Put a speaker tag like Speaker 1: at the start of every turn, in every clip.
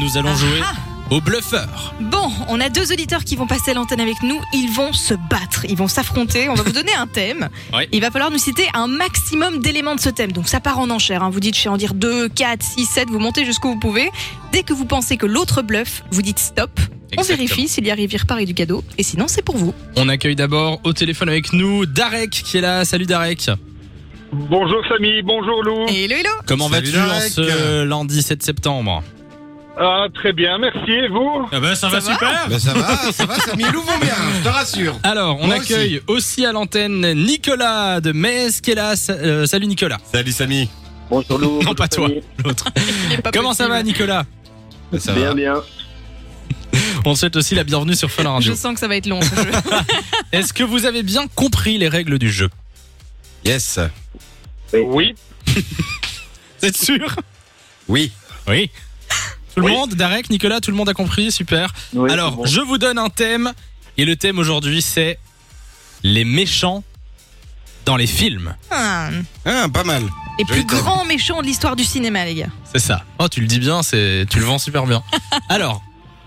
Speaker 1: nous allons
Speaker 2: Ah
Speaker 1: jouer
Speaker 2: ah.
Speaker 1: au bluffeur.
Speaker 2: Bon, on a deux auditeurs qui vont passer à l'antenne avec nous. Ils vont se battre, ils vont s'affronter. On va vous donner un thème.
Speaker 1: Ouais.
Speaker 2: Il va falloir nous citer un maximum d'éléments de ce thème. Donc ça part en enchère. hein. Vous dites, je vais en dire 2, 4, 6, 7. Vous montez jusqu'où vous pouvez. Dès que vous pensez que l'autre bluffe, vous dites stop. On
Speaker 1: Exactement.
Speaker 2: vérifie s'il y arrive, il repart et du cadeau. Et sinon, c'est pour vous.
Speaker 1: On accueille d'abord au téléphone avec nous Darek qui est là. Salut Darek.
Speaker 3: Bonjour Samy, bonjour Lou.
Speaker 2: Hello, hello
Speaker 1: Comment
Speaker 4: Salut,
Speaker 1: vas-tu en
Speaker 4: Darek.
Speaker 1: ce lundi 7 septembre
Speaker 3: Ah, très bien, merci. Et vous
Speaker 1: ah ça, va, super
Speaker 4: Ben ça va, ça va, Samy, nous vont bien, je te rassure.
Speaker 1: Alors, on
Speaker 4: Moi
Speaker 1: accueille aussi, à l'antenne Nicolas de Metz qui est là. Sa- euh, salut Nicolas.
Speaker 4: Salut Samy.
Speaker 5: Bonjour Lou.
Speaker 1: Non,
Speaker 5: bonjour
Speaker 1: pas toi,
Speaker 5: Samy.
Speaker 1: l'autre. Comment ça va Nicolas
Speaker 4: Ben, Ça
Speaker 5: Bien,
Speaker 4: va.
Speaker 5: bien.
Speaker 1: On te souhaite aussi la bienvenue sur Fun
Speaker 2: Je
Speaker 1: Radio.
Speaker 2: sens que ça va être long. ce jeu.
Speaker 1: Est-ce que vous avez bien compris les règles du jeu
Speaker 4: Yes.
Speaker 3: Oui.
Speaker 1: Vous êtes sûr
Speaker 4: Oui.
Speaker 1: Oui. Tout le
Speaker 3: Oui.
Speaker 1: monde, Darek, Nicolas, tout le monde a compris, super.
Speaker 5: Oui,
Speaker 1: Alors,
Speaker 5: c'est bon.
Speaker 1: je vous donne un thème, et le thème aujourd'hui c'est les méchants dans les films.
Speaker 2: Ah,
Speaker 4: Ah, pas mal.
Speaker 2: Les plus
Speaker 4: Joli thème.
Speaker 2: grands méchants de l'histoire du cinéma, les gars.
Speaker 1: C'est ça. Oh, tu le dis bien, c'est, tu le vends super bien. Alors,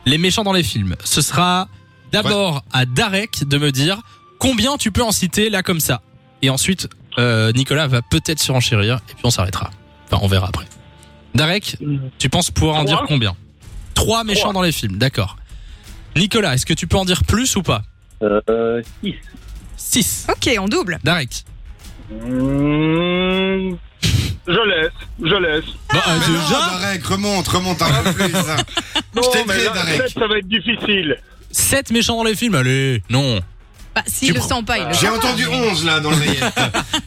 Speaker 1: les méchants dans les films, ce sera d'abord à Darek de me dire combien tu peux en citer là comme ça. Et ensuite, euh, Nicolas va peut-être surenchérir, et puis on s'arrêtera. Enfin, on verra après. Darek,
Speaker 5: Mm.
Speaker 1: tu penses pouvoir en
Speaker 3: Trois.
Speaker 1: dire combien Trois méchants
Speaker 3: Trois.
Speaker 1: dans les films, d'accord. Nicolas, est-ce que tu peux en dire plus ou pas
Speaker 5: Euh, six.
Speaker 1: Six.
Speaker 2: Ok, on double.
Speaker 1: Darek.
Speaker 3: Mmh, je laisse, je laisse.
Speaker 1: Bah, euh,
Speaker 4: Mais non, Ah, Darek, remonte, remonte un peu plus. hein.
Speaker 3: Non,
Speaker 4: t'ai
Speaker 3: mais
Speaker 4: pris,
Speaker 3: là,
Speaker 4: Darek.
Speaker 3: peut-être ça va être difficile.
Speaker 1: Sept méchants dans les films, allez, non.
Speaker 2: Bah, s'il
Speaker 1: Tu
Speaker 2: le
Speaker 1: prends-
Speaker 2: sent pas, il le
Speaker 4: J'ai
Speaker 2: sent pas.
Speaker 4: entendu 11 là dans le rayette.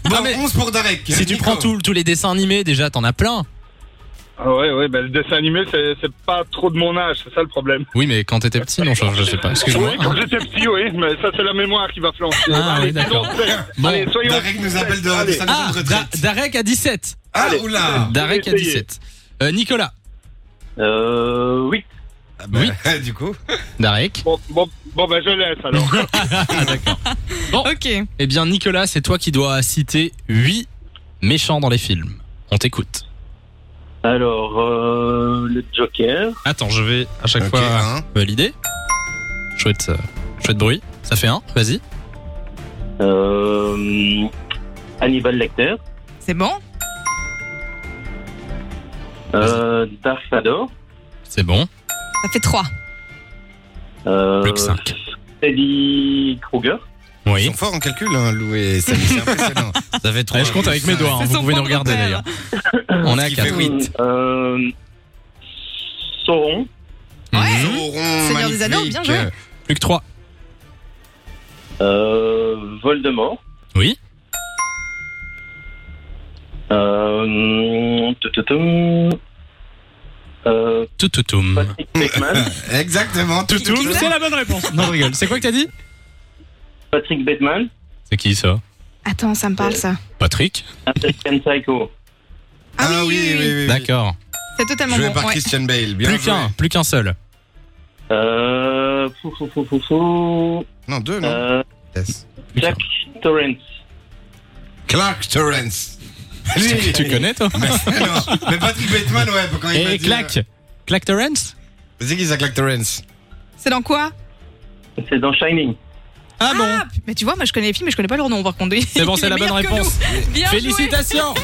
Speaker 4: Bon,
Speaker 1: mais-
Speaker 4: 11 pour Darek.
Speaker 1: Si tu
Speaker 4: Nico.
Speaker 1: prends tout- tous les dessins animés, déjà, t'en as plein.
Speaker 3: Ah ouais, ouais, bah, le dessin animé, c'est c'est pas trop de mon âge, c'est ça le problème.
Speaker 1: Oui, mais quand t'étais petit, non, je, je sais pas, excuse-moi.
Speaker 3: Oui, quand j'étais petit, oui, mais ça, c'est la mémoire qui va flancher.
Speaker 1: Ah,
Speaker 3: Allez,
Speaker 1: oui, d'accord.
Speaker 3: disons sept.
Speaker 1: Bon.
Speaker 3: Allez, soyons.
Speaker 4: Darek nous appelle de, de
Speaker 3: Allez.
Speaker 4: sa maison
Speaker 1: Ah,
Speaker 4: de
Speaker 1: Da-
Speaker 4: retraite.
Speaker 1: Darek à 17.
Speaker 4: Ah,
Speaker 3: Allez.
Speaker 4: oula.
Speaker 1: Darek à
Speaker 3: essayer.
Speaker 1: 17. Euh, Nicolas.
Speaker 5: Euh, huit.
Speaker 4: Ah, bah, du coup.
Speaker 1: Darek.
Speaker 3: Bon, bon, bon, ben, je laisse alors.
Speaker 1: Ah, d'accord.
Speaker 2: Ok.
Speaker 1: Eh bien, Nicolas, c'est toi qui dois citer 8 méchants dans les films. On t'écoute.
Speaker 5: Alors, euh, le Joker.
Speaker 1: Attends, je vais à chaque
Speaker 4: Ok,
Speaker 1: fois
Speaker 4: hein.
Speaker 1: valider. Chouette, euh, chouette bruit. Ça fait un, vas-y.
Speaker 5: Euh, Hannibal Lecter.
Speaker 2: C'est bon
Speaker 5: Euh, Dark Shadow.
Speaker 1: C'est bon.
Speaker 2: Ça fait 3.
Speaker 5: Euh,
Speaker 1: Bloc cinq.
Speaker 5: Freddy Krueger.
Speaker 4: Ils
Speaker 1: Oui.
Speaker 4: sont forts en calcul, hein, Lou et Samy, c'est impressionnant. Ça fait trop.
Speaker 1: je compte avec mes doigts, hein,
Speaker 2: C'est
Speaker 1: vous
Speaker 2: son
Speaker 1: pouvez
Speaker 2: point
Speaker 1: nous
Speaker 2: de
Speaker 1: regarder d'ailleurs.
Speaker 2: repère.
Speaker 1: On est à
Speaker 4: qui
Speaker 1: 4.
Speaker 4: fait Huit.
Speaker 5: Euh, Sauron.
Speaker 1: Mhm.
Speaker 2: Seigneur des Anneaux, bien joué.
Speaker 1: Plus que 3.
Speaker 5: Euh, Voldemort.
Speaker 1: Oui.
Speaker 5: Euh, toutoum. euh,
Speaker 1: Toutoutoum.
Speaker 5: Patrick Bateman.
Speaker 4: Exactement, tout tout.
Speaker 1: C'est la bonne réponse. Non, je rigole. C'est quoi que t'as dit
Speaker 5: Patrick Bateman.
Speaker 1: C'est qui ça
Speaker 2: Attends, ça me
Speaker 1: Euh,
Speaker 2: parle ça.
Speaker 1: Patrick
Speaker 5: American Psycho.
Speaker 2: Ah oui, oui, oui.
Speaker 1: D'accord.
Speaker 2: C'est totalement
Speaker 4: Joué
Speaker 2: bon.
Speaker 4: par
Speaker 2: ouais.
Speaker 4: Christian Bale. Bien
Speaker 1: Plus
Speaker 4: joué.
Speaker 1: qu'un, plus qu'un seul.
Speaker 5: Euh, fou, fou, fou, fou, fou.
Speaker 4: Non, deux, non.
Speaker 5: Euh,
Speaker 4: Yes.
Speaker 5: Jack Torrance.
Speaker 4: Clark Torrance.
Speaker 1: Tu,
Speaker 4: Lui.
Speaker 1: tu connais
Speaker 2: Ah,
Speaker 1: toi
Speaker 4: Alors, mais Patrick Bateman, ouais, quand il m'a
Speaker 1: Et
Speaker 4: dit,
Speaker 1: clac
Speaker 2: euh,
Speaker 1: Clac Torrance
Speaker 4: euh, C'est qui ça, Clack Torrance
Speaker 2: C'est dans quoi
Speaker 5: C'est dans Shining.
Speaker 1: Ah bon
Speaker 2: Ah, Mais tu vois, moi je connais les films, mais je connais pas leur nom par contre.
Speaker 1: C'est bon, c'est la bonne réponse.
Speaker 2: Bien joué.
Speaker 1: Félicitations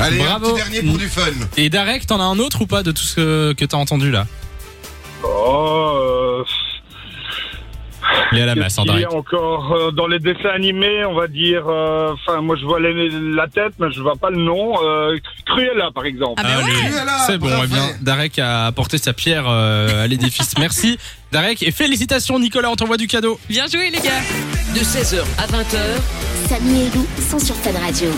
Speaker 4: Allez,
Speaker 1: Bravo.
Speaker 4: un petit dernier pour du fun.
Speaker 1: Et Darek, t'en as un autre ou pas de tout ce que, que t'as entendu là
Speaker 3: Oh, euh,
Speaker 1: Il est à la masse,
Speaker 3: Qu'est-ce
Speaker 1: hein,
Speaker 3: qu'il y
Speaker 1: Darek.
Speaker 3: a encore euh, dans les dessins animés, on va dire. euh, Enfin, moi je vois les- la tête, mais je vois pas le nom. Euh, Cruella, par exemple.
Speaker 2: Ah, mais ouais.
Speaker 1: Allez.
Speaker 4: Voilà,
Speaker 1: C'est bon,
Speaker 4: bravo.
Speaker 1: eh bien, Darek a apporté sa pierre euh, à l'édifice. Merci, Darek. Et félicitations, Nicolas, on t'envoie du cadeau.
Speaker 2: Bien joué, les gars.
Speaker 6: De 16h à 20h,
Speaker 7: Samy et Lou sont sur Fan Radio.